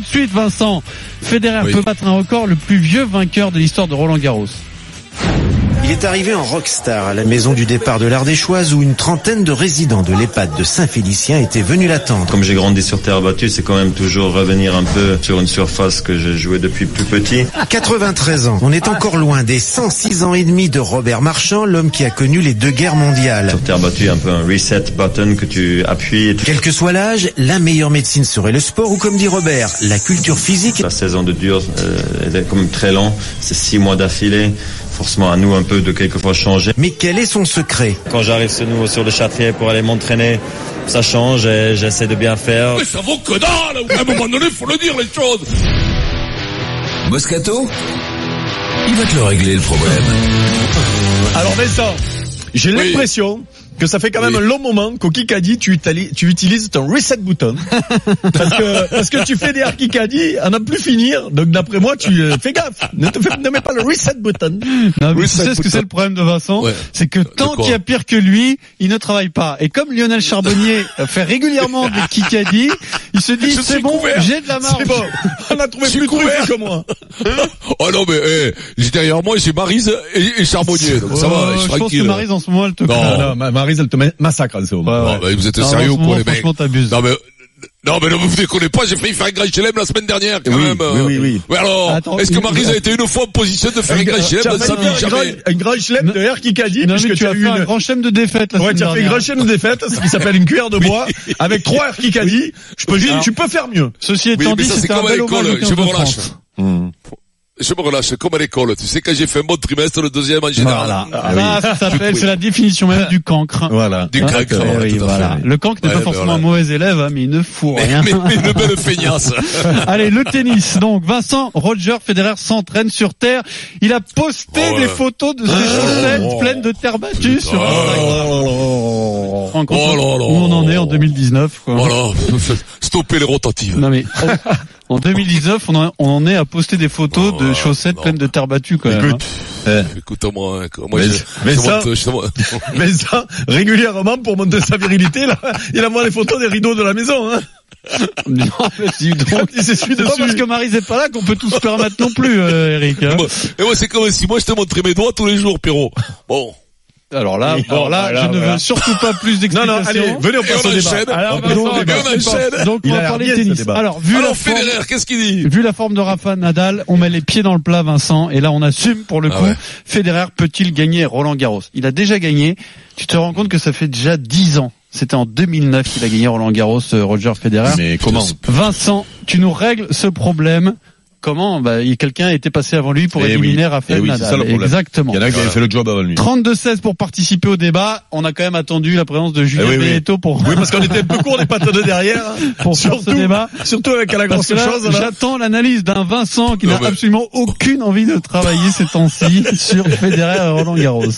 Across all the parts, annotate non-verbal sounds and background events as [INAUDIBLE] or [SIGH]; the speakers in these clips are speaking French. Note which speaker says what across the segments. Speaker 1: de suite, Vincent. Federer
Speaker 2: Oui.
Speaker 1: peut battre un record, le plus vieux vainqueur de l'histoire de Roland Garros.
Speaker 3: Il est arrivé en rockstar à la maison du départ de l'Ardéchoise où une trentaine de résidents de l'EHPAD de Saint-Félicien étaient venus l'attendre.
Speaker 4: Comme j'ai grandi sur terre battue, c'est quand même toujours revenir un peu sur une surface que j'ai joué depuis plus petit.
Speaker 3: 93 ans, on est encore loin des 106 ans et demi de Robert Marchand, l'homme qui a connu les deux guerres mondiales.
Speaker 4: Sur terre battue, un peu un reset button que tu appuies. et tu-
Speaker 3: Quel que soit l'âge, la meilleure médecine serait le sport ou comme dit Robert, la culture physique
Speaker 4: La saison de dur euh, elle est comme très lent, c'est six mois d'affilée. Forcément, à nous un peu de quelquefois changer.
Speaker 3: Mais quel est son secret
Speaker 4: Quand j'arrive ce nouveau sur le châtrier pour aller m'entraîner, ça change et j'essaie de bien faire.
Speaker 5: Mais ça vaut que dalle À un moment donné, faut le dire les choses
Speaker 6: Moscato Il va te le régler le problème.
Speaker 7: Alors Vincent, j'ai
Speaker 5: Oui.
Speaker 7: l'impression que ça fait quand même un long moment qu'au Kikadi, tu, utali- tu utilises ton reset button. parce, que, parce que tu fais des hard Kikadi, on n'a plus finir. Donc d'après moi, tu euh, fais gaffe. Ne, te fais, ne mets pas le reset button.
Speaker 1: Non, mais
Speaker 5: Oui,
Speaker 1: tu
Speaker 5: ça
Speaker 1: sais ce
Speaker 5: coûte
Speaker 1: que c'est
Speaker 5: un-
Speaker 1: le problème de Vincent
Speaker 5: Ouais.
Speaker 1: C'est que tant
Speaker 5: quoi
Speaker 1: qu'il y a pire que lui, il ne travaille pas. Et comme Lionel Charbonnier fait régulièrement des kikadis, il se dit
Speaker 5: Je
Speaker 1: c'est
Speaker 5: suis
Speaker 1: bon,
Speaker 5: couvert.
Speaker 1: j'ai de la marge.
Speaker 7: C'est bon. On a trouvé
Speaker 5: Je suis
Speaker 7: plus de
Speaker 5: couvert.
Speaker 7: trucs que moi.
Speaker 5: [LAUGHS] Oh non, mais eh, j'ai derrière moi, j'ai Marise et, et Charbonnier, donc ça va,
Speaker 1: Euh,
Speaker 5: je suis
Speaker 1: je pense que
Speaker 5: tranquille.
Speaker 1: Marise en ce moment elle te
Speaker 5: Non.
Speaker 1: craint.
Speaker 7: Ah, ma- Maryse, elle te ma- massacre en ce moment.
Speaker 1: Ouais, ouais.
Speaker 5: Non, mais vous êtes
Speaker 1: Non,
Speaker 5: sérieux
Speaker 1: en
Speaker 5: ou
Speaker 1: ce
Speaker 5: quoi,
Speaker 1: moment,
Speaker 5: les mecs
Speaker 1: Franchement, t'abuses.
Speaker 5: Non, mais... Non mais ne vous déconnez pas, j'ai failli faire un grand chelem la semaine dernière quand
Speaker 7: Oui,
Speaker 5: même.
Speaker 7: oui, oui, oui.
Speaker 5: Mais
Speaker 1: Attends,
Speaker 5: alors, est-ce que
Speaker 1: il-
Speaker 5: Marise a été une fois en position de faire un grand
Speaker 7: Tu
Speaker 5: chelem
Speaker 7: as
Speaker 5: dans sa
Speaker 7: fait
Speaker 5: vie
Speaker 7: un grand-
Speaker 5: Jamais.
Speaker 7: un grand chelem de hard Kikadi,
Speaker 1: Non, mais
Speaker 7: puisque
Speaker 1: tu as fait
Speaker 7: eu
Speaker 1: un
Speaker 7: une,
Speaker 1: grand chêne de défaite la
Speaker 7: Ouais,
Speaker 1: semaine
Speaker 7: tu as fait une
Speaker 1: dernière.
Speaker 7: grosse chaîne de défaite,
Speaker 1: [LAUGHS]
Speaker 7: ce qui s'appelle une cuillère de bois, avec trois airs Kikadi. Je peux, juste- tu peux faire mieux.
Speaker 1: Ceci
Speaker 5: Oui,
Speaker 1: étant
Speaker 5: mais
Speaker 1: dit,
Speaker 5: ça, c'est
Speaker 1: c'était un
Speaker 5: comme à
Speaker 1: bel
Speaker 5: l'école,
Speaker 1: hommage au
Speaker 5: je
Speaker 1: 15
Speaker 5: me
Speaker 1: de
Speaker 5: relâche.
Speaker 1: France.
Speaker 5: Je me relâche comme à l'école, tu sais quand j'ai fait un bon trimestre, le deuxième en général.
Speaker 7: Voilà. Ah oui.
Speaker 1: Ça, ça s'appelle, c'est la définition même du cancre.
Speaker 7: Voilà.
Speaker 5: Du
Speaker 1: Hein
Speaker 5: crack,
Speaker 1: Eh
Speaker 5: voilà,
Speaker 1: oui,
Speaker 5: tout à
Speaker 1: voilà.
Speaker 7: [LAUGHS]
Speaker 5: fait.
Speaker 1: Le cancre n'est
Speaker 5: Ouais,
Speaker 1: pas
Speaker 5: ben
Speaker 1: forcément
Speaker 5: voilà.
Speaker 1: un mauvais élève, hein, mais il ne fout rien.
Speaker 5: [LAUGHS] Mais, mais une belle [LAUGHS] feignasse.
Speaker 1: [LAUGHS] Allez, le tennis. Donc, Vincent, Roger Federer s'entraîne sur terre. Il a posté
Speaker 5: Oh,
Speaker 1: des
Speaker 5: ouais.
Speaker 1: photos de ses chaussettes
Speaker 5: oh, oh.
Speaker 1: pleines de terre battue sur
Speaker 5: Oh,
Speaker 1: Instagram.
Speaker 7: Oh.
Speaker 1: En compte
Speaker 5: oh, là, là.
Speaker 1: où on en est en 2019, quoi.
Speaker 5: Voilà, [LAUGHS] stopper les rotatives.
Speaker 1: Non mais en 2019, on en, on en est à poster des photos
Speaker 5: Non,
Speaker 1: de
Speaker 5: voilà,
Speaker 1: chaussettes
Speaker 5: non.
Speaker 1: pleines de terre battue, quoi. même, hein.
Speaker 7: Oh Écoute, euh,
Speaker 5: Écoute-moi, hein, quoi. moi,
Speaker 7: Mais-
Speaker 5: je,
Speaker 7: mais
Speaker 5: je
Speaker 7: ça-
Speaker 5: monte- je monte-
Speaker 7: Vincent, régulièrement, pour montrer sa virilité, là, il envoie les photos des rideaux de la maison, hein.
Speaker 1: [LAUGHS] Non, mais dis donc.
Speaker 7: Il s'essuie
Speaker 1: C'est pas
Speaker 7: dessus.
Speaker 1: parce que Marie n'est pas là qu'on peut tout se permettre non plus, euh, Eric. hein.
Speaker 5: Et moi, [LAUGHS] et moi, c'est comme si moi je te montrais mes doigts tous les jours, Pierrot. Bon.
Speaker 1: Alors là,
Speaker 7: Oui,
Speaker 1: alors là,
Speaker 7: voilà,
Speaker 1: je ne
Speaker 7: voilà.
Speaker 1: veux surtout pas plus
Speaker 7: Non, non,
Speaker 1: d'explications.
Speaker 7: allez, venez, on
Speaker 5: Et
Speaker 7: passe
Speaker 5: on
Speaker 7: au
Speaker 5: enchaîne.
Speaker 7: débat.
Speaker 5: Alors,
Speaker 7: on passe au
Speaker 5: Vincent,
Speaker 7: débat.
Speaker 5: et on enchaîne.
Speaker 1: Donc
Speaker 7: Il
Speaker 1: on
Speaker 7: a
Speaker 1: va
Speaker 7: l'air
Speaker 1: parler
Speaker 7: bien, ce
Speaker 1: tennis.
Speaker 7: débat.
Speaker 1: Alors vu la
Speaker 5: Alors,
Speaker 1: forme,
Speaker 5: Federer, qu'est-ce qu'il dit
Speaker 1: vu la forme de Rafa Nadal, on met les pieds dans le plat, Vincent, et là on assume pour le
Speaker 5: Ah
Speaker 1: coup.
Speaker 5: ouais.
Speaker 1: Federer peut-il gagner Roland Garros Il a déjà gagné. Tu te rends compte que ça fait déjà 10 ans. C'était en 2009 qu'il a gagné Roland Garros, euh, Roger Federer.
Speaker 7: Mais comment?
Speaker 1: Vincent, tu nous règles ce problème. Comment bah, il- Quelqu'un était passé avant lui pour
Speaker 7: Eh oui.
Speaker 1: éliminer Rafael
Speaker 7: Eh oui, c'est
Speaker 1: Nadal.
Speaker 7: ça le problème.
Speaker 1: Exactement.
Speaker 7: Il y en a qui avaient fait le job avant lui.
Speaker 1: 32-16 pour participer au débat. On a quand même attendu la présence de Julien
Speaker 7: Eh oui, oui.
Speaker 1: Beneteau pour
Speaker 7: Oui, parce qu'on était un peu court les pattes de derrière. hein.
Speaker 1: [LAUGHS] pour faire ce
Speaker 7: Surtout,
Speaker 1: débat.
Speaker 7: surtout avec la
Speaker 1: Parce
Speaker 7: grosse
Speaker 1: que là,
Speaker 7: chose, hein. là.
Speaker 1: j'attends l'analyse d'un Vincent qui
Speaker 5: Non,
Speaker 1: n'a
Speaker 5: mais-
Speaker 1: absolument aucune envie de travailler ces
Speaker 7: [LAUGHS]
Speaker 1: temps-ci sur Federer et Roland Garros.
Speaker 5: Non,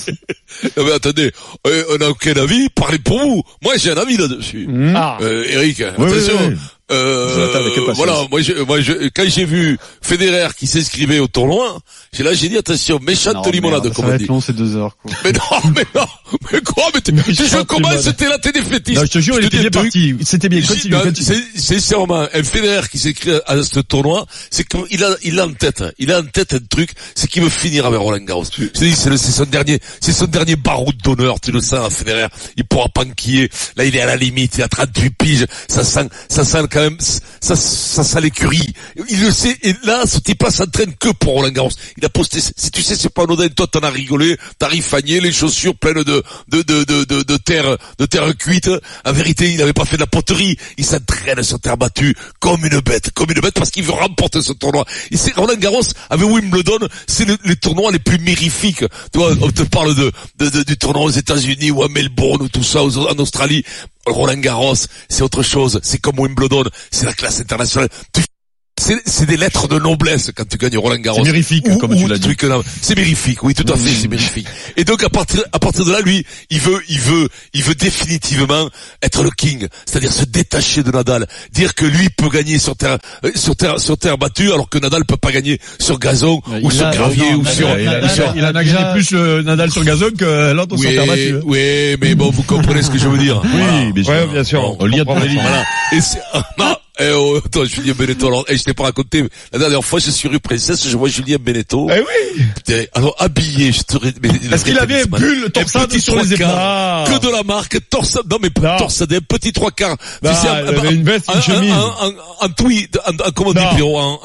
Speaker 5: Ah, mais attendez, euh, on n'a aucun avis, parlez pour vous. Moi, j'ai un avis là-dessus.
Speaker 1: Ah.
Speaker 5: Euh, Eric,
Speaker 7: Oui,
Speaker 5: attention.
Speaker 7: oui, oui. Je l'attends avec
Speaker 5: Euh,
Speaker 7: impatience.
Speaker 5: voilà, moi, je, moi je, quand j'ai vu Federer qui s'inscrivait au tournoi, j'ai là j'ai dit attention, méchante
Speaker 1: Non,
Speaker 5: limonade
Speaker 1: merde, ça
Speaker 5: comme on
Speaker 1: va
Speaker 5: dit. Oh,
Speaker 1: être long ces deux heures. Quoi.
Speaker 5: Mais non, [LAUGHS] mais non, mais quoi, mais t'es- je
Speaker 7: méchante
Speaker 5: commence,
Speaker 7: limonade.
Speaker 5: c'était là t'es défaitiste.
Speaker 7: Non, je te jure, il
Speaker 5: dis
Speaker 7: était bien
Speaker 5: un truc.
Speaker 7: parti. C'était bien.
Speaker 5: Si,
Speaker 7: Continue,
Speaker 5: non,
Speaker 7: continue.
Speaker 5: c'est- C'est sûrement un Federer qui s'écrit à ce tournoi, c'est qu'il a, il a en tête, hein, il a en tête un truc, c'est qu'il veut finir avec Roland Garros. Je te dis, c'est le- c'est son dernier, c'est son dernier baroud d'honneur, tu le sens, Federer. Il pourra pas enquiller. Là, il est à la limite, il a 38 piges, ça sent, ça sent quand même, ça, ça sent l'écurie. Il le sait, et là, ce type-là s'entraîne que pour Roland Garros. Il a posté, si tu sais, c'est pas anodin, toi, t'en as rigolé, t'as rifagné, les chaussures pleines de, de, de, de, de, de terre, de terre cuite. En vérité, il n'avait pas fait de la poterie. Il s'entraîne sur terre battue comme une bête, comme une bête parce qu'il veut remporter ce tournoi. Et c'est Roland Garros avec Wimbledon, c'est le- les tournois les plus mirifiques. Tu vois, on te parle de, de- de- du tournoi aux États-Unis ou à Melbourne ou tout ça, aux- en Australie. Roland Garros, c'est autre chose. C'est comme Wimbledon, c'est la classe internationale. Tu c'est c'est des lettres de noblesse quand tu gagnes Roland Garros.
Speaker 7: C'est mirifique,
Speaker 5: Ou-
Speaker 7: hein, comme
Speaker 5: ou
Speaker 7: tu l'as dit.
Speaker 5: truc là. C'est mirifique, oui, tout à fait, c'est mirifique. Et donc à partir à partir de là, lui, il veut, il veut, il veut définitivement être le king, c'est-à-dire se détacher de Nadal, dire que lui peut gagner sur terre euh, sur terre sur terre battue, alors que Nadal peut pas gagner sur gazon ou
Speaker 1: il
Speaker 5: sur
Speaker 1: a-
Speaker 5: gravier
Speaker 1: non,
Speaker 5: ou
Speaker 1: Nadal-
Speaker 5: sur.
Speaker 7: il, a,
Speaker 5: ou sur-
Speaker 7: il en a gagné plus euh, Nadal sur gazon que l'autre sur terre battue.
Speaker 5: Oui, oui, mais bon, vous comprenez ce que je veux dire.
Speaker 7: Oui, bien sûr.
Speaker 5: Bon,
Speaker 7: On lit entre les lignes.
Speaker 5: Voilà. Et c'est- [LAUGHS] non, Eh oh, attends, Julien Beneteau, alors, eh, je t'ai pas raconté, mais la dernière fois, je suis rue Princesse, je vois Julien Beneteau.
Speaker 7: Eh oui.
Speaker 5: Putain, alors, habillé, je te, ré- mais- le
Speaker 7: Est-ce qu'il avait un
Speaker 5: rétablissement-
Speaker 7: pull
Speaker 5: Un
Speaker 7: torsade
Speaker 5: petit
Speaker 7: sur les
Speaker 5: trois
Speaker 7: épaules?
Speaker 5: quarts.
Speaker 7: Ah.
Speaker 5: Que de la marque, torse, non mais
Speaker 7: Non.
Speaker 5: pas torse, des petits trois quarts.
Speaker 7: Non, il avait une veste, une
Speaker 5: un,
Speaker 7: chemise.
Speaker 5: Un, un, un, un tweed, un, un- comment on
Speaker 7: Non.
Speaker 5: dit, Pierrot, un,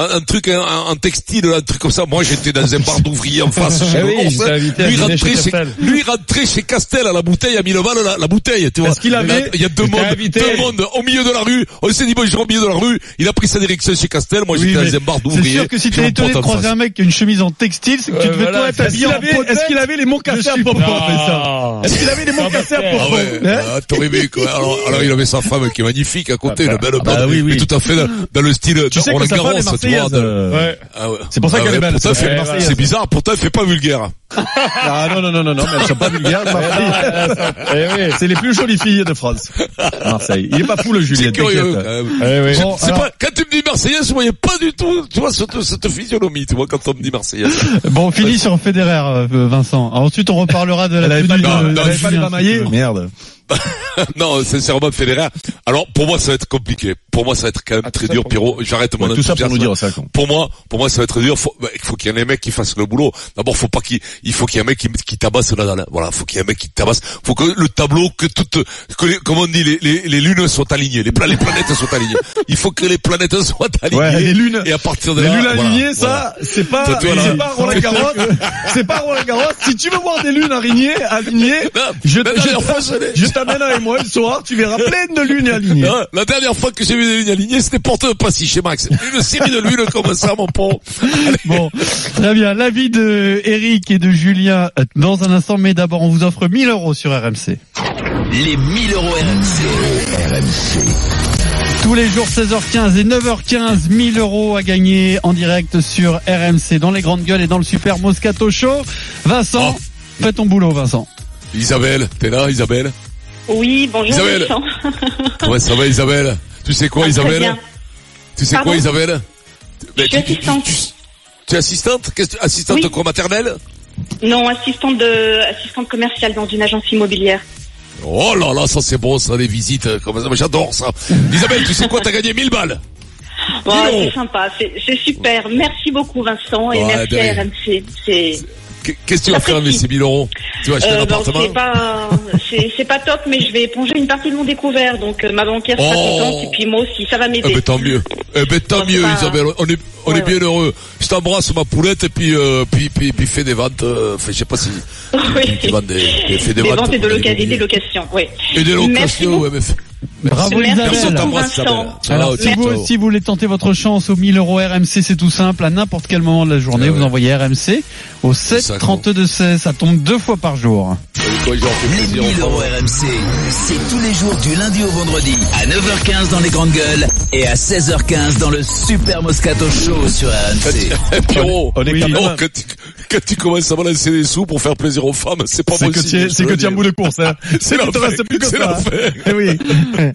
Speaker 5: un, un- un truc, un, un- un textile, un truc comme ça. Moi, j'étais dans un bar d'ouvriers en
Speaker 7: [LAUGHS]
Speaker 5: face. chez le
Speaker 7: Eh oui,
Speaker 5: Corse.
Speaker 7: j'étais invité à
Speaker 5: lui
Speaker 7: dîner
Speaker 5: rentrait
Speaker 7: chez
Speaker 5: chez,
Speaker 7: Castel.
Speaker 5: lui rentrait chez Castel à la bouteille, à 1000 balles la, la bouteille, tu vois.
Speaker 7: Est-ce qu'il avait-
Speaker 5: Il y a deux
Speaker 7: t'es
Speaker 5: mondes,
Speaker 7: invité
Speaker 5: deux mondes, au milieu de la rue. On s'est dit, bon, je vais au milieu de la rue. Il a pris sa direction chez Castel. Moi,
Speaker 1: Oui,
Speaker 5: j'étais
Speaker 1: mais
Speaker 5: dans un bar
Speaker 1: c'est
Speaker 5: d'ouvriers.
Speaker 1: sûr que si
Speaker 5: Je
Speaker 1: t'es
Speaker 5: me
Speaker 1: étonné de
Speaker 5: porte en
Speaker 1: croiser
Speaker 5: face.
Speaker 1: un mec qui a une chemise en textile, c'est que tu
Speaker 7: Euh,
Speaker 1: devais
Speaker 7: voilà.
Speaker 1: toi être
Speaker 7: Est-ce
Speaker 1: habillé
Speaker 7: qu'il
Speaker 1: en
Speaker 7: avait,
Speaker 1: pote.
Speaker 7: est-ce qu'il avait les mots cassés à propos après
Speaker 1: Ah.
Speaker 7: ça Est-ce qu'il avait les mots cassés à
Speaker 5: Ah
Speaker 7: propos
Speaker 5: ouais,
Speaker 7: Hein
Speaker 5: ah, t'aurais aimé, quoi. Alors, alors, il avait sa femme qui est magnifique à côté, une belle
Speaker 7: bah
Speaker 5: blonde,
Speaker 7: oui, oui.
Speaker 5: mais tout à fait dans, dans le style
Speaker 7: Tu
Speaker 5: de
Speaker 7: sais que
Speaker 5: Roland
Speaker 7: sa femme
Speaker 5: Garros,
Speaker 7: est
Speaker 5: tu vois.
Speaker 7: marseillaise.
Speaker 5: de-
Speaker 7: euh,
Speaker 1: Ouais.
Speaker 5: Ah ouais.
Speaker 7: C'est pour ça
Speaker 5: Ah
Speaker 7: qu'elle
Speaker 5: ouais,
Speaker 7: est belle,
Speaker 5: pourtant,
Speaker 7: sa
Speaker 5: elle fait-
Speaker 7: femme est marseillaise.
Speaker 5: C'est bizarre, pourtant elle fait pas vulgaire.
Speaker 7: Ah non, non, non, non, non, mais elles sont pas vulgaires, Marseille. C'est les plus jolies filles de France. Marseille. Il est pas fou, le Julien.
Speaker 5: C'est curieux.
Speaker 7: t'inquiète. Eh
Speaker 5: quand même.
Speaker 7: oui.
Speaker 5: Je-
Speaker 7: Bon,
Speaker 5: c'est
Speaker 7: alors-
Speaker 5: pas, quand tu me dis Marseillaise, je voyais pas du tout, tu vois, cette, cette physionomie, tu vois, quand on me dit Marseillaise. [LAUGHS]
Speaker 1: Bon, on finit sur Federer, euh, Vincent. Alors, ensuite, on reparlera de la
Speaker 7: Elle avait pas
Speaker 1: tenue
Speaker 7: les-
Speaker 5: Non,
Speaker 1: de-
Speaker 7: elle
Speaker 5: non,
Speaker 7: avait
Speaker 1: de
Speaker 7: pas les
Speaker 1: Julien,
Speaker 7: bas maillés.
Speaker 1: si tu veux.
Speaker 7: Merde.
Speaker 5: non, sincèrement, Federer. Alors, pour moi, ça va être compliqué. Pour moi, ça va être quand même
Speaker 7: Ah,
Speaker 5: très dur, Pierrot. J'arrête mon
Speaker 7: Ouais, Tout ça pour
Speaker 5: enthousiasme.
Speaker 7: nous dire ça, con.
Speaker 5: pour moi, pour moi, ça va être dur. Faut, bah, il faut qu'il y ait un mec qui fasse le boulot. D'abord, faut pas qu'il, il faut qu'il y ait un mec qui, qui tabasse Nadal. Voilà, faut qu'il y ait un mec qui tabasse. Faut que le tableau, que toutes, que les, comment on dit, les, les, les lunes soient alignées, les, pla- les planètes soient alignées. Il faut que les planètes soient alignées.
Speaker 7: Ouais, les lunes.
Speaker 5: Et à partir de
Speaker 7: Les
Speaker 5: là,
Speaker 7: lunes
Speaker 5: voilà, voilà.
Speaker 7: alignées, ça, c'est pas,
Speaker 5: Toi, tu vois, là-
Speaker 7: c'est pas Roland Garros, [LAUGHS] c'est pas Roland Garros. Si tu veux voir des lunes alignées, alignées,
Speaker 5: Non,
Speaker 7: je
Speaker 5: la dernière fois,
Speaker 7: t'amène-
Speaker 5: je l'ai-
Speaker 7: je t'amène avec moi le soir, tu verras plein de lunes alignées.
Speaker 5: Hein, la dernière fois que j'ai vu des lunes alignées, c'était porte de Passy chez Max. Une série de lunes comme ça, mon pauvre. Allez.
Speaker 1: [LAUGHS] Bon, très bien. L'avis de Eric et de Julien euh, dans un instant, mais d'abord, on vous offre 1000 euros sur RMC.
Speaker 6: Les 1000 euros RMC. RMC.
Speaker 1: Tous les jours 16h15 et 9h15, 1000 euros à gagner en direct sur RMC dans les grandes gueules et dans le super Moscato Show. Vincent,
Speaker 5: Oh.
Speaker 1: fais ton boulot Vincent.
Speaker 5: Isabelle, t'es là, Isabelle?
Speaker 2: Oui, bonjour
Speaker 5: Isabelle.
Speaker 2: Vincent.
Speaker 5: Comment ça va, Isabelle? Tu sais quoi,
Speaker 2: Ah, Très
Speaker 5: Isabelle?
Speaker 2: bien.
Speaker 5: Tu sais
Speaker 2: Pardon
Speaker 5: quoi, Isabelle?
Speaker 2: Je
Speaker 5: Ben,
Speaker 2: suis
Speaker 5: tu- tu-
Speaker 2: assistante.
Speaker 5: Tu es assistante Qu'est-ce que tu- Assistante
Speaker 2: Oui.
Speaker 5: quoi maternelle
Speaker 2: Non, assistante de assistante commerciale dans une agence immobilière.
Speaker 5: Oh là là, ça c'est bon, ça, les visites, euh, comme ça, moi, j'adore
Speaker 2: [LAUGHS]
Speaker 5: ça. Isabelle, tu sais quoi, t'as gagné 1000 balles.
Speaker 2: Bon,
Speaker 5: Dis donc.
Speaker 2: c'est sympa, c'est c'est super. Merci beaucoup Vincent et
Speaker 5: Ouais,
Speaker 2: merci
Speaker 5: de rien.
Speaker 2: à RMC. C'est
Speaker 5: Qu- Qu'est-ce que tu vas faire avec
Speaker 2: J'apprécie.
Speaker 5: ces 1000 euros Tu vas acheter un
Speaker 2: Bah, euh, bon,
Speaker 5: appartement
Speaker 2: c'est pas c'est c'est pas top, mais je vais éponger une partie de mon découvert, donc euh, ma banquière sera
Speaker 5: Oh.
Speaker 2: contente et puis moi aussi, ça va
Speaker 5: Eh ben
Speaker 2: m'aider.
Speaker 5: tant mieux. Eh ben tant
Speaker 2: Bon,
Speaker 5: mieux,
Speaker 2: ça-
Speaker 5: Isabelle. On est, on
Speaker 2: Ouais,
Speaker 5: est bien heureux. Je t'embrasse, ma poulette, et puis, euh, puis, puis, puis fais des ventes. euh, fais- je sais pas si
Speaker 2: [LAUGHS] Oui.
Speaker 5: tu vends des, des- fais des,
Speaker 2: Des ventes et de
Speaker 5: pour
Speaker 2: loca- et
Speaker 5: l'immobilier.
Speaker 2: des locations, oui.
Speaker 5: Et des
Speaker 2: Merci
Speaker 5: locations,
Speaker 2: beaucoup.
Speaker 5: ouais, mais f-
Speaker 1: Bravo
Speaker 2: Merci
Speaker 5: Personne
Speaker 1: Isabelle.
Speaker 2: beaucoup.
Speaker 5: t'embrasse,
Speaker 2: Vincent.
Speaker 5: Isabelle. Ciao,
Speaker 1: Alors, si
Speaker 5: ciao,
Speaker 1: vous
Speaker 5: ciao.
Speaker 1: aussi vous voulez tenter votre chance aux 1000 euros RMC, c'est tout simple. À n'importe quel moment de la journée,
Speaker 5: Ah ouais.
Speaker 1: vous envoyez RMC au 7
Speaker 5: ça,
Speaker 1: 32 16. Ça tombe deux fois par jour.
Speaker 5: Quoi, j'en fais
Speaker 6: Les
Speaker 5: plaisir,
Speaker 6: 1000
Speaker 5: enfin,
Speaker 6: euros RMC, c'est tous les jours du lundi au vendredi à 9h15 dans les grandes gueules et à 16h15 dans le Super Moscato Show sur RMC.
Speaker 5: Eh, [LAUGHS] Pierrot,
Speaker 7: on est quand
Speaker 5: Pierrot,
Speaker 7: même-
Speaker 5: quand, tu, quand tu commences à balancer des sous pour faire plaisir aux femmes, c'est pas
Speaker 7: C'est
Speaker 5: possible.
Speaker 7: que tu es,
Speaker 5: je
Speaker 7: c'est
Speaker 5: te
Speaker 7: que
Speaker 5: le
Speaker 7: tu es un
Speaker 5: dis.
Speaker 7: bout de course, hein.
Speaker 5: [LAUGHS] C'est
Speaker 7: C'est que tu
Speaker 5: l'enfer,
Speaker 7: restes plus que
Speaker 5: c'est
Speaker 7: ça. hein.
Speaker 5: l'enfer.
Speaker 7: [LAUGHS] Eh oui.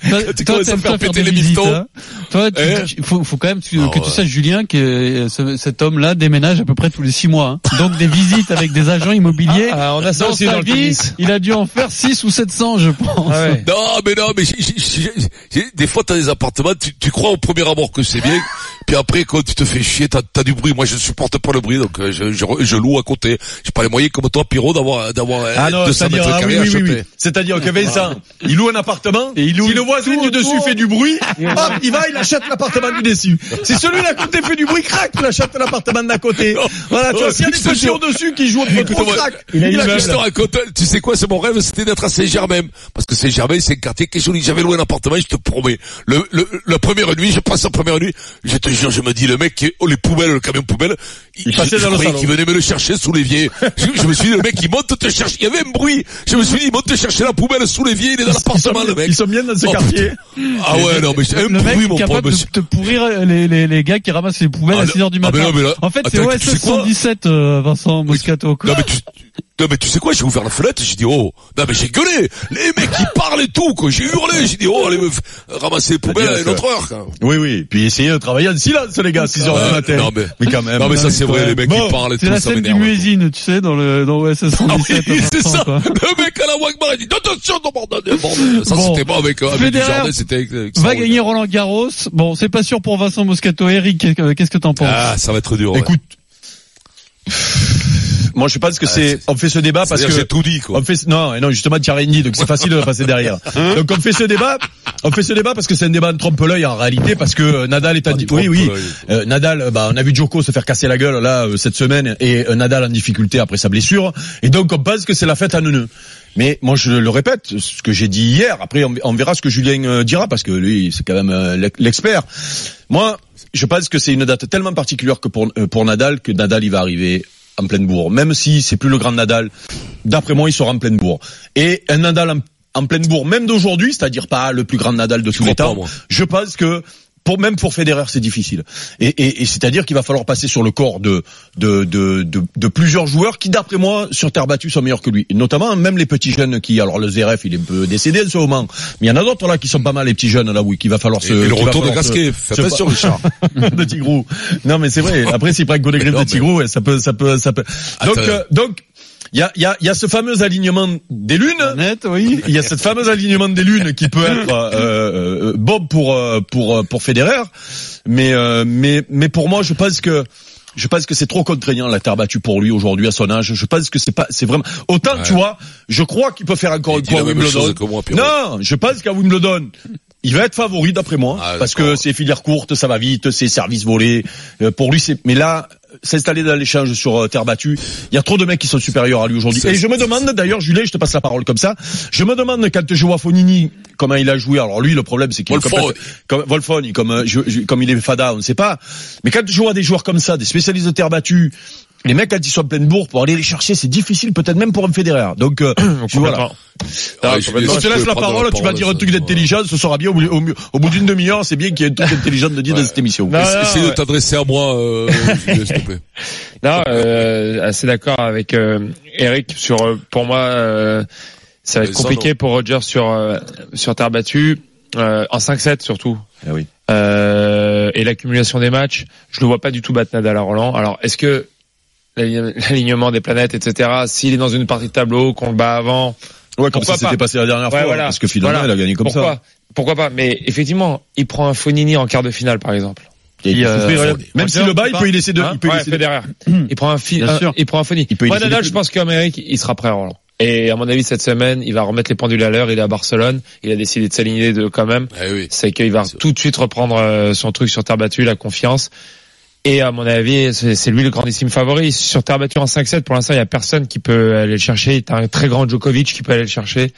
Speaker 1: Toi,
Speaker 5: [LAUGHS] tu
Speaker 1: toi,
Speaker 5: commences à
Speaker 1: t'aimes
Speaker 5: faire
Speaker 1: pas faire
Speaker 5: péter
Speaker 1: des
Speaker 5: les
Speaker 1: visites,
Speaker 5: bifetons.
Speaker 1: hein. Toi, tu-
Speaker 5: Hein
Speaker 1: tu- faut, faut quand même tu-
Speaker 5: Ah
Speaker 1: que tu
Speaker 5: ouais.
Speaker 1: saches, Julien, que euh, ce- cet homme-là déménage à peu près tous les six mois. hein. Donc des visites avec des agents immobiliers.
Speaker 7: Ah, on a ça
Speaker 1: dans
Speaker 7: aussi
Speaker 1: sa
Speaker 7: dans le
Speaker 1: vie,
Speaker 7: tennis.
Speaker 1: il a dû en faire 6 ou 700, je pense.
Speaker 5: Ah Non, mais non, mais j'ai- j'ai- j'ai- j'ai- des fois t'as des appartements, tu, tu crois au premier abord que c'est bien, puis après quand tu te fais chier, t'as as du bruit. Moi, je ne supporte pas le bruit, donc euh, je, je, je loue à côté. J'ai pas les moyens comme toi, Pierrot, d'avoir d'avoir euh,
Speaker 7: Ah non,
Speaker 5: 200
Speaker 7: c'est-à-dire,
Speaker 5: mètres
Speaker 7: ah oui,
Speaker 5: carrés à
Speaker 7: oui, oui,
Speaker 5: choper.
Speaker 7: oui. C'est-à-dire que Vincent, il loue un appartement,
Speaker 1: Et il loue
Speaker 7: si le voisin
Speaker 1: tout
Speaker 7: du dessus
Speaker 1: autour.
Speaker 7: fait du bruit, hop, il va, il achète l'appartement du dessus. Si celui d'à côté fait du bruit, crac, il achète l'appartement d'à côté. Voilà, tu vois,
Speaker 5: Ouais,
Speaker 7: s'il y a des
Speaker 5: je te
Speaker 7: petits
Speaker 5: jure.
Speaker 7: au-dessus qui jouent au
Speaker 5: Oh, Écoute-moi,
Speaker 7: trop crac,
Speaker 5: il a,
Speaker 7: il
Speaker 5: juste
Speaker 7: achète
Speaker 5: te raconter, tu sais quoi, c'est mon rêve, c'était d'être à Saint-Germain. Parce que Saint-Germain, c'est un quartier qui est joli. J'avais loué un appartement, je te promets. Le, le- la première nuit, je passe la première nuit, je te jure, je me dis, le mec, qui est- oh, les poubelles, le camion poubelle,
Speaker 7: Il
Speaker 5: je-
Speaker 7: passait
Speaker 5: je
Speaker 7: dans le
Speaker 5: croyais
Speaker 7: salon.
Speaker 5: qu'il venait me le chercher sous l'évier. je, je me suis dit, le mec, il monte te chercher, il y avait un bruit. Je me suis dit, il monte te chercher la poubelle sous l'évier, il est dans
Speaker 7: Ils sont,
Speaker 5: l'appartement, le mec.
Speaker 7: ils sont bien dans ce
Speaker 5: Oh,
Speaker 7: quartier.
Speaker 5: putain. Ah ouais, non, mais c'est un
Speaker 1: Le mec
Speaker 5: bruit,
Speaker 1: est
Speaker 5: mon pauvre
Speaker 1: capable de
Speaker 5: monsieur.
Speaker 1: te pourrir les, les, les gars qui ramassent les poubelles
Speaker 5: Ah,
Speaker 1: à
Speaker 5: le-
Speaker 1: 6 heures du
Speaker 5: ah, mais
Speaker 1: matin.
Speaker 5: non, mais là-
Speaker 1: en fait, c'est
Speaker 5: attends,
Speaker 1: OSS
Speaker 5: tu sais quoi
Speaker 1: 117, euh, Vincent Moscato. quoi.
Speaker 5: Non mais tu, Non, mais tu sais quoi, j'ai ouvert la fenêtre, j'ai dit, oh, non, mais j'ai gueulé. Les mecs, qui parlent et tout, quoi. J'ai hurlé, j'ai dit, oh, allez, meufs, ramasser les poubelles à une
Speaker 7: que-
Speaker 5: autre heure, quoi.
Speaker 7: Oui, oui. Puis essayez de travailler en silence, les gars, 6 heures
Speaker 5: Ouais,
Speaker 7: du matin.
Speaker 5: non, mais-
Speaker 7: quand même. hein.
Speaker 5: Non, mais ça, c'est vrai, les mecs,
Speaker 7: Bon,
Speaker 5: qui parlent et
Speaker 1: C'est
Speaker 5: tout,
Speaker 1: la
Speaker 5: ça
Speaker 1: scène du
Speaker 5: m'énerve. Ah
Speaker 1: muezzin, tu sais, dans le dans OSS 117.
Speaker 5: [LAUGHS] Oui, c'est
Speaker 1: à
Speaker 5: ça.
Speaker 1: l'instant, quoi.
Speaker 5: Le mec à la Wagmar, il dit attention, non, bordel, bordel. Ça,
Speaker 1: Bon.
Speaker 5: c'était pas avec, euh, avec
Speaker 1: Federer
Speaker 5: Dujardin, c'était avec, avec
Speaker 1: Va
Speaker 5: ça,
Speaker 1: gagner
Speaker 5: ouais.
Speaker 1: Roland Garros. Bon, c'est pas sûr pour Vincent Moscato. Eric, qu'est- qu'est-ce que t'en penses
Speaker 5: Ah, ça va être dur. ouais.
Speaker 7: Écoute. Moi, je pense que c'est, on fait ce débat parce
Speaker 5: C'est-à-dire,
Speaker 7: que.
Speaker 5: j'ai tout dit, quoi. Hein
Speaker 7: On fait ce- non, non, justement, tu as rien dit, donc c'est facile de
Speaker 5: [LAUGHS]
Speaker 7: passer derrière. Donc on fait ce débat, on fait ce débat parce que c'est un débat de trompe-l'œil en réalité, parce que euh, Nadal est à,
Speaker 5: Ah, de
Speaker 7: oui, oui,
Speaker 5: trompe-l'œil.
Speaker 7: Euh, Nadal, euh, bah, on a vu Djoko se faire casser la gueule là euh, cette semaine et euh, Nadal en difficulté après sa blessure, et donc on pense que c'est la fête à Neuneu. Mais moi je le répète, ce que j'ai dit hier. Après on, on verra ce que Julien euh, dira parce que lui c'est quand même euh, l'ex- l'expert. Moi je pense que c'est une date tellement particulière que pour euh, pour Nadal que Nadal il va arriver en pleine bourre. Même si c'est plus le grand Nadal, d'après moi il sera en pleine bourre. Et un Nadal en, en pleine bourre, même d'aujourd'hui, c'est-à-dire pas le plus grand Nadal de tous
Speaker 5: crois
Speaker 7: les
Speaker 5: pas,
Speaker 7: temps,
Speaker 5: moi.
Speaker 7: je pense que pour même pour Federer, c'est difficile. Et, et- et c'est-à-dire qu'il va falloir passer sur le corps de de, de, de, de plusieurs joueurs qui, d'après moi, sur terre battue, sont meilleurs que lui. Et notamment même les petits jeunes qui, alors le Zverev, il est un peu décédé en ce moment, mais il y en a d'autres là qui sont pas mal les petits jeunes là, oui, qu'il va falloir
Speaker 5: Et-
Speaker 7: se.
Speaker 5: et le
Speaker 7: qu'il va
Speaker 5: retour de
Speaker 7: euh, falloir se-
Speaker 5: Gasquet. Fais
Speaker 7: se-
Speaker 5: attention,
Speaker 7: [LAUGHS]
Speaker 5: Richard.
Speaker 7: de Tigrou. Non, mais c'est vrai. Après, s'il prend que des griffes
Speaker 5: Non,
Speaker 7: de
Speaker 5: mais-
Speaker 7: Tigrou, ouais, ça peut, ça peut, ça peut. Donc,
Speaker 5: Attends.
Speaker 7: euh, donc, il y a, il y a, il y a ce fameux alignement des lunes.
Speaker 1: Net, oui.
Speaker 7: Il y a cette fameuse alignement des lunes qui peut être euh, euh, Bob pour euh, pour euh, pour Federer, mais euh, mais mais pour moi je pense que je pense que c'est trop contraignant la terre battue pour lui aujourd'hui à son âge. Je pense que c'est pas c'est vraiment autant
Speaker 5: Ouais.
Speaker 7: tu vois, je crois qu'il peut faire encore
Speaker 5: Il
Speaker 7: une
Speaker 5: dit
Speaker 7: fois à
Speaker 5: la même
Speaker 7: Wimbledon.
Speaker 5: chose que moi, Pierrot.
Speaker 7: Non, je pense qu'à Wimbledon il va être favori d'après moi
Speaker 5: Ah,
Speaker 7: parce
Speaker 5: d'accord.
Speaker 7: que c'est filière courte, ça va vite, c'est service volé. Euh, pour lui c'est mais là s'installer dans l'échange sur euh, terre battue, il y a trop de mecs qui sont supérieurs à lui aujourd'hui.
Speaker 5: C'est-
Speaker 7: Et je me demande d'ailleurs Julien, je te passe la parole comme ça. Je me demande quand Joao Fonini comment il a joué. Alors lui le problème c'est qu'il est
Speaker 5: Wolfone.
Speaker 7: complète- comme Wolfone, comme euh, je- je- comme il est fada, on ne sait pas. Mais quand tu joues à des joueurs comme ça, des spécialistes de terre battue, les mecs quand ils sont en pleine bourre pour aller les chercher, c'est difficile peut-être même pour un Federer. Donc euh, je- voilà.
Speaker 5: Ah,
Speaker 7: Ah,
Speaker 5: je suis désolé,
Speaker 7: je te
Speaker 5: je
Speaker 7: laisse
Speaker 5: pouvais
Speaker 7: la
Speaker 5: prendre
Speaker 7: parole,
Speaker 5: la
Speaker 7: tu vas
Speaker 5: parole,
Speaker 7: dire un
Speaker 5: ça,
Speaker 7: truc
Speaker 5: voilà.
Speaker 7: d'intelligence, ce sera bien au, au, au bout d'une demi-heure, c'est bien qu'il y ait un truc d'intelligent de dire dans cette émission.
Speaker 8: Non, non,
Speaker 5: Essaye de
Speaker 8: ouais.
Speaker 5: t'adresser à moi, euh, Julien, s'il te plaît.
Speaker 8: Non, euh, assez d'accord avec euh, Eric sur euh, pour moi euh, ça va être
Speaker 5: Mais ça,
Speaker 8: compliqué pour Roger sur euh, sur terre battue euh, en 5-7 surtout.
Speaker 7: Ah oui.
Speaker 8: Euh, et l'accumulation des matchs, je le vois pas du tout battre Nadal à Roland. Alors est-ce que l'aligne- l'alignement des planètes, etc. S'il est dans une partie de tableau qu'on le bat avant,
Speaker 7: Ouais, comme
Speaker 8: Pourquoi
Speaker 7: ça s'était
Speaker 8: pas
Speaker 7: passé la dernière fois,
Speaker 8: Ouais, voilà.
Speaker 7: parce que finalement
Speaker 8: Voilà.
Speaker 7: il a gagné comme
Speaker 8: pourquoi
Speaker 7: ça.
Speaker 8: Pourquoi pas Mais effectivement, il prend un Fonini en quart de finale par exemple.
Speaker 7: Il a été
Speaker 8: Il, euh,
Speaker 7: souffrir, même si le bas, il peut y laisser deux.
Speaker 8: Hein
Speaker 7: il peut y
Speaker 8: Ouais,
Speaker 7: laisser deux.
Speaker 8: [CLEARS THROAT] Federer. Il prend un fil,
Speaker 1: Bien
Speaker 8: un-
Speaker 1: sûr.
Speaker 8: il prend un phony.
Speaker 7: Il peut y
Speaker 8: Moi,
Speaker 7: laisser
Speaker 8: Nadal,
Speaker 7: des
Speaker 8: je pense qu'Amérique, il sera prêt à Roland. Et à mon avis, cette semaine, il va remettre les pendules à l'heure. Il est à Barcelone. Il a décidé de s'aligner de quand même.
Speaker 5: Eh oui.
Speaker 8: C'est qu'il va tout de suite reprendre euh, son truc sur terre battue, la confiance. Et à mon avis, c'est c'est lui le grandissime favori. Sur terre battue en 5-7, pour l'instant, il y a personne qui peut aller le chercher. T'as un très grand Djokovic qui peut aller le chercher.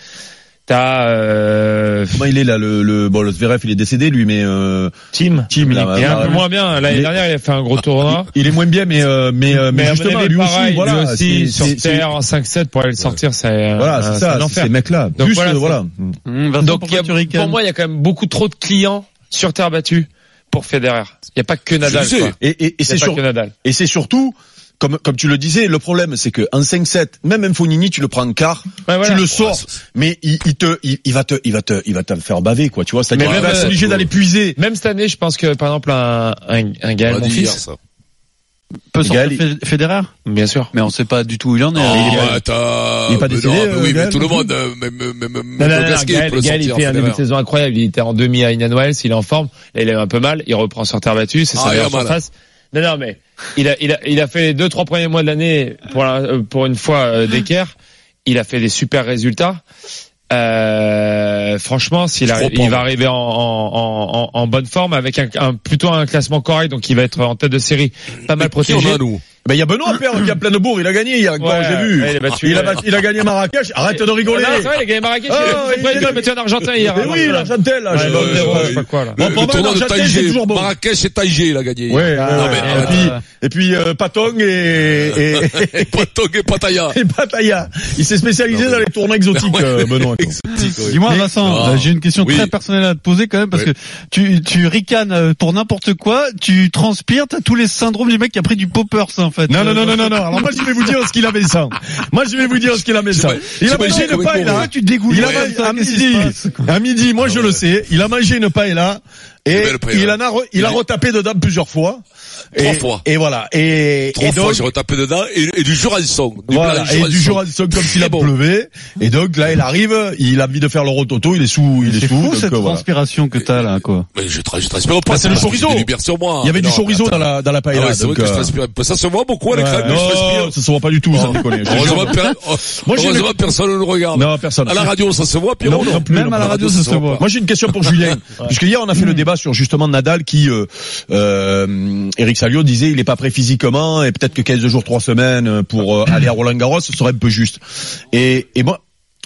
Speaker 8: T'as euh,
Speaker 7: Comment il est là le, le bon le Zverev il est décédé lui mais euh,
Speaker 8: Tim.
Speaker 7: Tim, là,
Speaker 8: il est un
Speaker 7: là,
Speaker 8: peu moins bien. L'année
Speaker 7: il est-
Speaker 8: dernière, il a fait un gros tournoi.
Speaker 7: il est moins bien mais euh, mais euh, mais,
Speaker 8: à mon
Speaker 7: justement
Speaker 8: avis,
Speaker 7: lui
Speaker 8: pareil,
Speaker 7: aussi voilà
Speaker 8: lui aussi,
Speaker 7: c'est- c'est-
Speaker 8: sur
Speaker 7: c'est-
Speaker 8: terre en 5-7 pour aller le sortir, Euh, c'est
Speaker 7: voilà c'est ça c'est
Speaker 8: l'enfer.
Speaker 7: ces mecs là
Speaker 8: Donc
Speaker 7: plus
Speaker 8: voilà,
Speaker 7: euh,
Speaker 8: c'est-
Speaker 7: voilà
Speaker 1: Hum, Vincent,
Speaker 8: Donc
Speaker 1: pourquoi
Speaker 8: il y a-
Speaker 1: tu ricanes
Speaker 8: pour moi, il y a quand même beaucoup trop de clients sur terre battue pour Federer. Il n'y a pas que Nadal.
Speaker 5: sais.
Speaker 8: quoi.
Speaker 7: et et, et
Speaker 8: Il y a
Speaker 7: c'est
Speaker 8: pas
Speaker 7: sur
Speaker 8: que Nadal.
Speaker 7: et c'est surtout comme comme tu le disais le problème c'est que en 5-7 même Infonini tu le prends en quart
Speaker 8: Ouais, Ah, voilà.
Speaker 7: tu le sors mais il, il te il, il va te il va te il va te le faire baver quoi tu vois c'est-à-dire
Speaker 8: Mais
Speaker 7: il
Speaker 8: même,
Speaker 7: va
Speaker 8: euh,
Speaker 7: s'obliger d'aller puiser
Speaker 8: Même cette année, je pense que par exemple un un, un
Speaker 5: On
Speaker 8: Gaël,
Speaker 5: l'a
Speaker 8: Eh, mon
Speaker 5: dit hier,
Speaker 8: fils,
Speaker 5: ça.
Speaker 1: peut sortir
Speaker 7: Gaël,
Speaker 1: Fed- Federer
Speaker 8: bien sûr.
Speaker 1: Mais on sait pas du tout où il en est.
Speaker 5: Oh,
Speaker 1: Il est pas-
Speaker 5: attends.
Speaker 7: il est pas
Speaker 5: mais
Speaker 7: décédé,
Speaker 5: non, mais
Speaker 7: euh,
Speaker 5: Oui, mais
Speaker 7: Gaël
Speaker 5: tout le
Speaker 7: non
Speaker 5: monde, euh, même, même, même,
Speaker 8: Non, non,
Speaker 5: le
Speaker 8: non,
Speaker 5: Gasquet, il
Speaker 8: Gaël,
Speaker 5: peut le
Speaker 8: Gaël, il
Speaker 5: sortir.
Speaker 8: fait un début
Speaker 5: Federer.
Speaker 8: de saison incroyable. Il était en demi à Indian Wells, il est en forme. Là, il est un peu mal. Il reprend sur terre battue. C'est
Speaker 5: Ah,
Speaker 8: sa
Speaker 5: il a
Speaker 8: meilleure
Speaker 5: mal.
Speaker 8: surface. Non, non, mais il a, il a, il a fait les deux, trois premiers mois de l'année pour, la- euh, pour une fois euh, d'équerre. Il a fait des super résultats. Euh, franchement, s'il
Speaker 5: Je
Speaker 8: arrive-
Speaker 5: crois pas,
Speaker 8: il va
Speaker 5: moi.
Speaker 8: arriver en, en, en, en bonne forme avec un, un- plutôt un classement correct, donc il va être en tête de série, pas mal
Speaker 5: Qui on
Speaker 8: protégé.
Speaker 5: a, nous?
Speaker 7: ben il y a Benoît Père qui a plein de bourre il a gagné il y a
Speaker 8: Ouais,
Speaker 7: j'ai vu
Speaker 8: ouais, il a battu,
Speaker 7: il a
Speaker 8: ouais. Ah,
Speaker 7: battu- il a gagné Marrakech arrête de
Speaker 8: Non,
Speaker 7: rigoler
Speaker 8: c'est vrai, il a gagné Marrakech.
Speaker 7: Ah, Oh,
Speaker 8: il a-
Speaker 7: il
Speaker 8: il
Speaker 7: est-
Speaker 8: a battu un Argentin hier. hein, euh,
Speaker 7: mais oui l'Argentin là
Speaker 8: Ouais,
Speaker 7: je
Speaker 8: ouais,
Speaker 7: sais pas,
Speaker 8: ouais,
Speaker 7: je sais pas.
Speaker 8: ouais. je sais pas quoi, là.
Speaker 5: Le,
Speaker 7: Bon,
Speaker 5: le
Speaker 7: pour moi,
Speaker 5: tournoi de
Speaker 7: Argentin, c'est
Speaker 5: Taïgé,
Speaker 7: toujours bon.
Speaker 5: Marrakech et Taïgé, il a gagné.
Speaker 7: Ouais,
Speaker 8: Ah,
Speaker 7: ouais,
Speaker 5: mais-
Speaker 7: ouais. et puis, et puis euh, Patong et, [LAUGHS] et,
Speaker 5: Et Patog et Pataya.
Speaker 7: et Pattaya. Il s'est spécialisé dans les tournois
Speaker 8: [LAUGHS]
Speaker 7: exotiques, euh, Benoît. quoi.
Speaker 5: Exotique, ouais.
Speaker 1: Dis-moi Vincent,
Speaker 5: Ah.
Speaker 1: euh, j'ai une question
Speaker 5: Oui.
Speaker 1: très personnelle à te poser quand même parce
Speaker 5: Oui.
Speaker 1: que tu tu ricanes euh, pour n'importe quoi, tu transpires, t'as tous les syndromes du mec qui a pris du poppers en fait.
Speaker 7: Non, non, non, non, non, non. Alors moi, je vais vous dire ce qu'il a méchant. Moi, je vais vous dire ce qu'il a méchant. Il a
Speaker 5: J'imagine
Speaker 7: mangé une
Speaker 5: comment
Speaker 7: paella.
Speaker 5: pourrait.
Speaker 1: tu te dégoules.
Speaker 7: Il a
Speaker 1: comme
Speaker 7: mangé,
Speaker 1: ça,
Speaker 7: à
Speaker 1: qu'est-ce qui se
Speaker 7: midi,
Speaker 1: passe
Speaker 7: à midi, moi je le sais, il a mangé une paella et
Speaker 5: belle paella.
Speaker 7: il en a, re- il a
Speaker 5: Il-
Speaker 7: retapé dedans plusieurs fois.
Speaker 5: Trois
Speaker 7: Et-
Speaker 5: fois.
Speaker 7: Et voilà. Et,
Speaker 5: Trois
Speaker 7: et
Speaker 5: fois,
Speaker 7: donc,
Speaker 5: j'ai retapé dedans, et, et du Jurançon. Du
Speaker 7: voilà,
Speaker 5: blanc
Speaker 7: et du jour
Speaker 5: Jurançon.
Speaker 7: à son comme s'il a
Speaker 5: Très bon.
Speaker 7: pleuvé. Et donc là, il arrive, il a envie de faire le rototo, il est sous, il est,
Speaker 1: C'est
Speaker 7: sous.
Speaker 1: fou
Speaker 7: donc,
Speaker 1: cette
Speaker 7: euh, voilà.
Speaker 1: transpiration que t'as là, quoi.
Speaker 5: Mais je, tra je transpire pas,
Speaker 7: c'est le chorizo.
Speaker 5: Il sur moi.
Speaker 7: Il y avait
Speaker 5: Mais
Speaker 7: du
Speaker 5: Ah, non,
Speaker 7: chorizo
Speaker 5: attends.
Speaker 7: dans la, dans la
Speaker 5: Ah
Speaker 7: paella.
Speaker 5: ouais, c'est vrai
Speaker 7: donc,
Speaker 5: que je
Speaker 7: euh,
Speaker 5: transpire. Pas Ça se voit beaucoup à l'écran,
Speaker 7: ouais.
Speaker 5: mais je
Speaker 7: Non,
Speaker 5: transpire.
Speaker 7: ça se voit pas du tout, ça déconne. Je te jure.
Speaker 5: Heureusement, per- oh,
Speaker 7: Moi, j'ai
Speaker 5: heureusement,
Speaker 7: une-
Speaker 5: personne ne le regarde.
Speaker 7: Non, personne.
Speaker 5: À la radio, ça se voit, Pierrot,
Speaker 7: Non, non
Speaker 5: non.
Speaker 7: plus, Même non, à la
Speaker 1: radio, ça se voit.
Speaker 5: pas.
Speaker 7: Moi j'ai une question pour
Speaker 5: [LAUGHS]
Speaker 7: Julien, parce que hier on a fait le débat sur justement Nadal qui, euh, euh, Eric Salio disait il est pas prêt physiquement et peut-être que 15 jours, 3 semaines pour euh, aller à Roland Garros ce serait un peu juste. Et, et moi,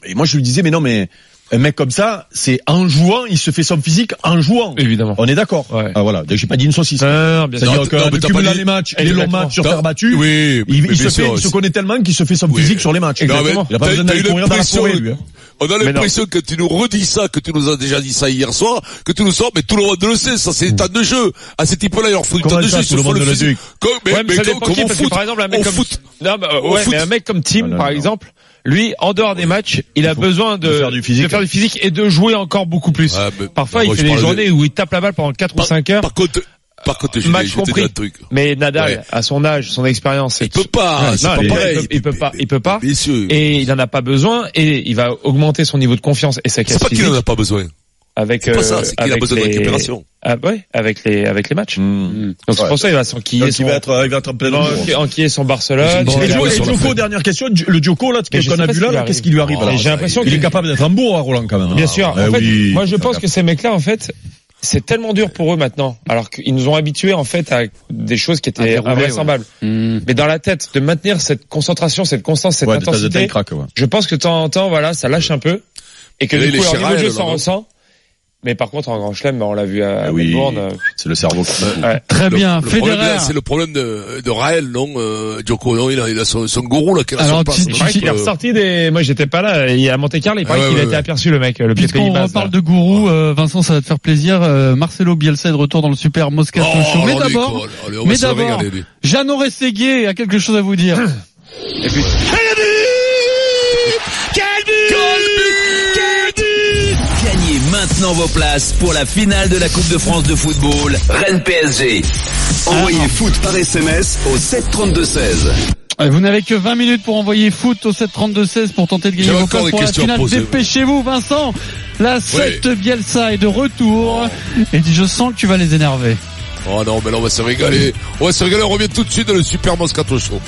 Speaker 7: et moi je lui disais mais non mais un mec comme ça c'est en jouant il se fait son physique en jouant.
Speaker 8: Évidemment.
Speaker 7: On est d'accord.
Speaker 8: Ouais.
Speaker 7: Ah voilà, j'ai pas dit une saucisse.
Speaker 8: Non, non, non, bien sûr.
Speaker 5: Non,
Speaker 7: C'est-à-dire
Speaker 5: t- Hein, non,
Speaker 7: que
Speaker 5: mais
Speaker 7: le
Speaker 5: t'as
Speaker 7: cumul
Speaker 5: pas dit-
Speaker 7: les matchs et les longs
Speaker 8: Exactement.
Speaker 7: matchs sur
Speaker 5: T'as-
Speaker 7: terre battue.
Speaker 5: Oui,
Speaker 7: Il,
Speaker 5: mais
Speaker 7: il se
Speaker 5: bien
Speaker 7: fait,
Speaker 5: sûr,
Speaker 7: il se
Speaker 5: c'est-
Speaker 7: connaît tellement qu'il se fait son physique sur les matchs.
Speaker 5: Exactement.
Speaker 7: Il a pas
Speaker 5: T'as-
Speaker 7: besoin
Speaker 5: t'as
Speaker 7: d'aller
Speaker 5: eu
Speaker 7: courir dans la
Speaker 5: l'impression-
Speaker 7: forêt, lui. hein.
Speaker 5: On a
Speaker 8: Mais
Speaker 5: l'impression que tu nous redis ça, que tu nous as déjà dit ça hier soir, que tu nous sors, mais tout le monde le sait, ça c'est
Speaker 8: Hmm.
Speaker 5: des tas de jeu. À ces types-là, ils leur foutent des
Speaker 7: Comment
Speaker 5: tas de
Speaker 7: ça,
Speaker 5: jeu, ils
Speaker 7: tout
Speaker 5: se
Speaker 7: le
Speaker 5: font
Speaker 7: monde
Speaker 5: le
Speaker 7: le
Speaker 5: physique.
Speaker 7: duc
Speaker 5: Comme, mais,
Speaker 8: Ouais, mais
Speaker 5: mais
Speaker 8: ça
Speaker 5: comme,
Speaker 8: dépend qui,
Speaker 5: comment
Speaker 8: parce que
Speaker 5: foot?
Speaker 8: par exemple, un mec
Speaker 5: Au
Speaker 8: comme
Speaker 5: foot.
Speaker 8: Non, bah,
Speaker 5: Au
Speaker 8: ouais,
Speaker 5: foot.
Speaker 8: mais un mec comme Tim,
Speaker 7: Ah, non,
Speaker 8: par
Speaker 7: non.
Speaker 8: exemple, lui, en dehors des matchs, il a
Speaker 7: faut-
Speaker 8: besoin de,
Speaker 7: de faire du physique.
Speaker 8: de faire du physique et de jouer encore beaucoup plus.
Speaker 5: Ouais, mais-
Speaker 8: Parfois,
Speaker 5: Moi,
Speaker 8: il
Speaker 5: je
Speaker 8: fait des
Speaker 5: parle de-
Speaker 8: journées où il tape la balle pendant 4 ou 5 heures.
Speaker 5: Par contre, par contre, je
Speaker 8: Match
Speaker 5: je vais te
Speaker 8: compris.
Speaker 5: dire un truc.
Speaker 8: Mais Nadal,
Speaker 5: Ouais.
Speaker 8: à son âge, son expérience,
Speaker 5: Il peut pas,
Speaker 8: Ouais,
Speaker 5: c'est
Speaker 8: non,
Speaker 5: pas
Speaker 8: il peut-
Speaker 5: pareil.
Speaker 8: il peut pas, il peut pas.
Speaker 5: Bien sûr.
Speaker 8: et il en a pas besoin et il va augmenter son niveau de confiance et sa
Speaker 5: C'est
Speaker 8: caisse
Speaker 5: pas qu'il
Speaker 8: physique
Speaker 5: en a pas besoin.
Speaker 8: avec
Speaker 5: C'est
Speaker 8: euh,
Speaker 5: pas ça, c'est qu'il a
Speaker 8: avec
Speaker 5: besoin de
Speaker 8: les-
Speaker 5: récupération. Hmm.
Speaker 8: Ah ouais, avec les avec les
Speaker 5: Mm.
Speaker 8: matchs.
Speaker 7: Mm.
Speaker 8: Donc c'est
Speaker 7: Ouais.
Speaker 8: pour ça il va s'enquiller
Speaker 7: Donc,
Speaker 8: son
Speaker 7: il va être, il va être en plein
Speaker 8: enqui- enquiller son Barcelone.
Speaker 5: Bon,
Speaker 7: Et
Speaker 8: il
Speaker 5: là,
Speaker 8: va-
Speaker 7: Djoko-
Speaker 5: ouais,
Speaker 7: et
Speaker 5: sur la
Speaker 7: Djoko,
Speaker 5: feuille.
Speaker 7: dernière question. Dj- Le Djoko, là,
Speaker 8: Mais
Speaker 7: qu'est-ce
Speaker 8: je
Speaker 7: qu'on
Speaker 8: sais
Speaker 7: a
Speaker 8: pas
Speaker 7: vu
Speaker 8: ce
Speaker 7: là,
Speaker 8: qui
Speaker 7: là
Speaker 8: lui
Speaker 7: Qu'est-ce qui lui arrive
Speaker 5: Oh,
Speaker 7: là
Speaker 8: Mais j'ai l'impression
Speaker 7: Il
Speaker 8: qu'il-
Speaker 7: est capable d'être en bourre à Roland quand même.
Speaker 8: Bien sûr.
Speaker 7: Eh
Speaker 8: en fait,
Speaker 7: oui.
Speaker 8: moi je pense que ces mecs-là, en fait, c'est tellement dur pour eux maintenant, alors qu'ils nous ont habitués en fait à des choses qui
Speaker 1: À
Speaker 8: étaient
Speaker 1: dérouler,
Speaker 8: invraisemblables. Mais dans la tête, de maintenir cette concentration, cette constance, cette
Speaker 7: Ouais, de temps en temps,
Speaker 8: intensité,
Speaker 7: il craque, ouais.
Speaker 8: je pense que de temps en temps, voilà, ça lâche un peu et que
Speaker 5: Et là,
Speaker 8: du
Speaker 5: il est
Speaker 8: coup leur niveau de
Speaker 5: Chirail,
Speaker 8: jeu
Speaker 5: là,
Speaker 8: s'en
Speaker 5: non
Speaker 8: ressent. Mais par contre, en Grand Chelem, on l'a vu à
Speaker 7: Eh oui.
Speaker 8: Melbourne, euh,
Speaker 7: C'est le cerveau. qui-
Speaker 1: Très
Speaker 5: Le-
Speaker 1: bien,
Speaker 5: le problème, là,
Speaker 1: Federer.
Speaker 5: C'est le problème de, de Raël, non, euh, Djoko, non, il a, il a son, son gourou, là, qui a
Speaker 1: Alors, tu-
Speaker 5: son passe,
Speaker 1: tu-
Speaker 5: non,
Speaker 1: tu-
Speaker 8: Ouais,
Speaker 5: je
Speaker 8: il est
Speaker 5: peux-
Speaker 8: ressorti des. Moi, j'étais pas là. Il est à Monte Carlo. Il paraît
Speaker 5: ouais,
Speaker 8: qu'il a
Speaker 5: ouais,
Speaker 8: été
Speaker 5: ouais.
Speaker 8: aperçu, le mec, le petit
Speaker 1: Puisqu'on
Speaker 8: Pays-Bas.
Speaker 1: reparle de gourou, euh, Vincent, ça va te faire plaisir. euh, Marcelo Bielsa est de retour dans le Super Moscato
Speaker 5: Oh,
Speaker 1: Show. Mais
Speaker 5: alors, lui,
Speaker 1: d'abord,
Speaker 5: quoi, allez, on va
Speaker 1: mais
Speaker 5: se le
Speaker 1: d'abord,
Speaker 5: régaler, lui.
Speaker 1: Jeannot Rességuier a quelque chose à vous dire.
Speaker 6: Gagnez maintenant vos places pour la finale de la Coupe de France de football. Rennes PSG. Envoyez foot par SMS au 732-16.
Speaker 1: Euh, Vous n'avez que 20 minutes pour envoyer foot au 732-16 pour tenter de gagner
Speaker 5: J'avais
Speaker 1: vos
Speaker 5: encore
Speaker 1: places
Speaker 5: des
Speaker 1: pour la
Speaker 5: questions à
Speaker 1: finale.
Speaker 5: poser.
Speaker 1: Dépêchez-vous, Vincent. La 7 Bielsa est de retour. Et je sens que tu vas les énerver.
Speaker 5: Oh non, mais là, on va se régaler. On va se régaler, on revient tout de suite dans le Super Moscato Show.